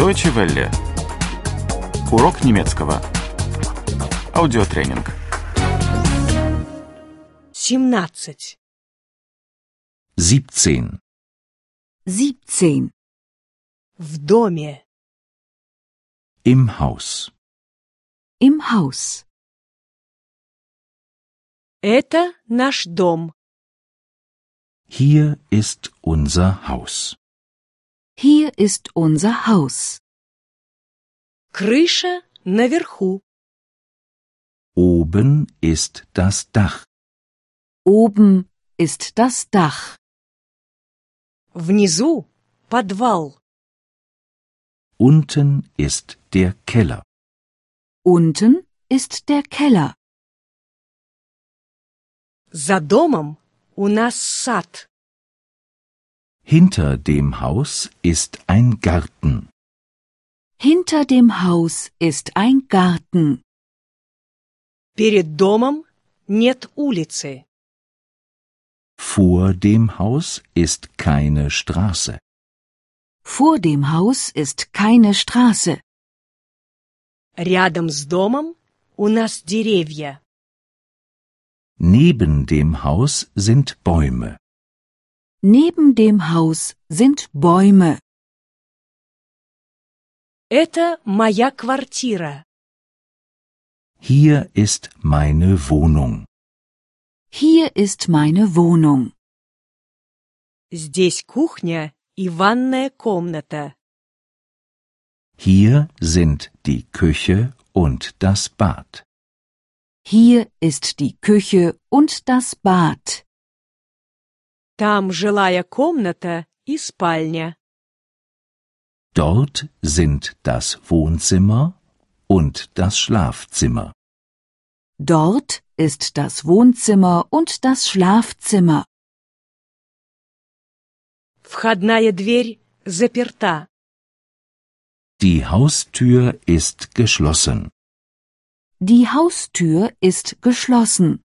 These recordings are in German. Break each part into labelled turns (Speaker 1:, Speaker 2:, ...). Speaker 1: Deutsche Welle. Урок немецкого. Аудиотренинг.
Speaker 2: 17.
Speaker 3: 17.
Speaker 4: 17.
Speaker 2: В доме.
Speaker 3: Im Haus.
Speaker 4: Im Haus.
Speaker 2: Это наш дом.
Speaker 3: Hier ist unser Haus.
Speaker 4: Hier ist unser Haus.
Speaker 2: Крыша наверху.
Speaker 3: Oben ist das Dach.
Speaker 4: Oben ist das Dach.
Speaker 2: Внизу подвал.
Speaker 3: Unten ist der Keller.
Speaker 4: Unten ist der Keller.
Speaker 2: За домом у нас сад.
Speaker 3: Hinter dem Haus ist ein Garten.
Speaker 4: Hinter dem Haus ist ein Garten.
Speaker 2: Перед домом нет улицы.
Speaker 3: Vor dem Haus ist keine Straße.
Speaker 4: Vor dem Haus ist keine Straße.
Speaker 2: Рядом с домом у нас деревья.
Speaker 3: Neben dem Haus sind Bäume.
Speaker 4: Neben dem Haus sind Bäume.
Speaker 2: Это моя квартира.
Speaker 3: Hier ist meine Wohnung.
Speaker 4: Hier ist meine Wohnung.
Speaker 2: Здесь кухня и ванная комната.
Speaker 3: Hier sind die Küche und das Bad.
Speaker 4: Hier ist die Küche und das Bad.
Speaker 2: Там жилая комната и спальня.
Speaker 3: Dort sind das Wohnzimmer und das Schlafzimmer.
Speaker 4: Dort ist das Wohnzimmer und das Schlafzimmer.
Speaker 2: Входная дверь заперта.
Speaker 3: Die Haustür ist geschlossen.
Speaker 4: Die Haustür ist geschlossen,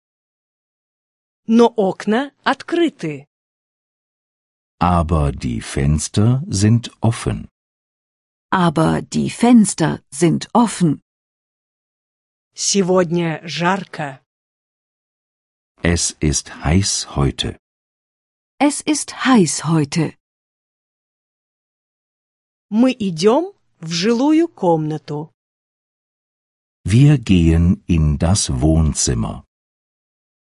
Speaker 2: Но окна открыты.
Speaker 3: Aber die Fenster sind offen.
Speaker 4: aber die Fenster sind offen.
Speaker 2: Сегодня жарко.
Speaker 3: Es ist heiß heute.
Speaker 4: Es ist heiß heute.
Speaker 2: Мы идем в жилую комнату.
Speaker 3: Wir gehen in das Wohnzimmer.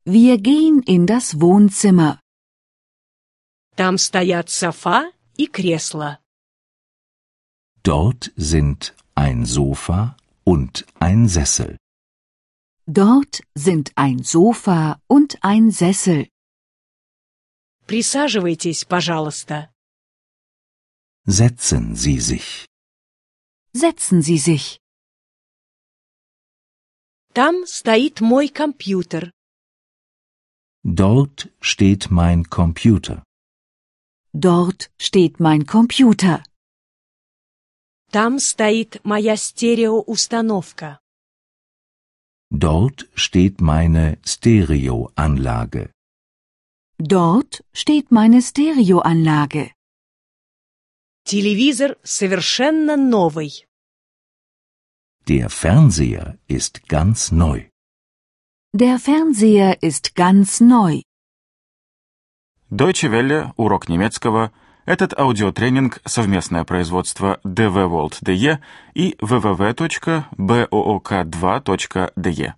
Speaker 4: Wir gehen in das Wohnzimmer.
Speaker 2: Там стоят софа и кресло.
Speaker 3: Dort sind ein Sofa und ein Sessel.
Speaker 4: Dort sind ein Sofa und ein Sessel.
Speaker 2: Присаживайтесь, пожалуйста.
Speaker 3: Setzen Sie sich.
Speaker 4: Setzen Sie sich.
Speaker 2: Там стоит мой компьютер.
Speaker 3: Dort steht mein Computer.
Speaker 4: Dort steht mein Computer.
Speaker 2: Там стоит моя стереоустановка.
Speaker 3: Dort steht meine Stereoanlage.
Speaker 4: Dort steht meine Stereoanlage.
Speaker 2: Телевизор совершенно новый.
Speaker 3: Der Fernseher ist ganz neu.
Speaker 4: Der Fernseher ist ganz neu.
Speaker 1: Deutsche Welle. Урок немецкого. Этот аудиотренинг – совместное производство DW World DE и www.book2.de.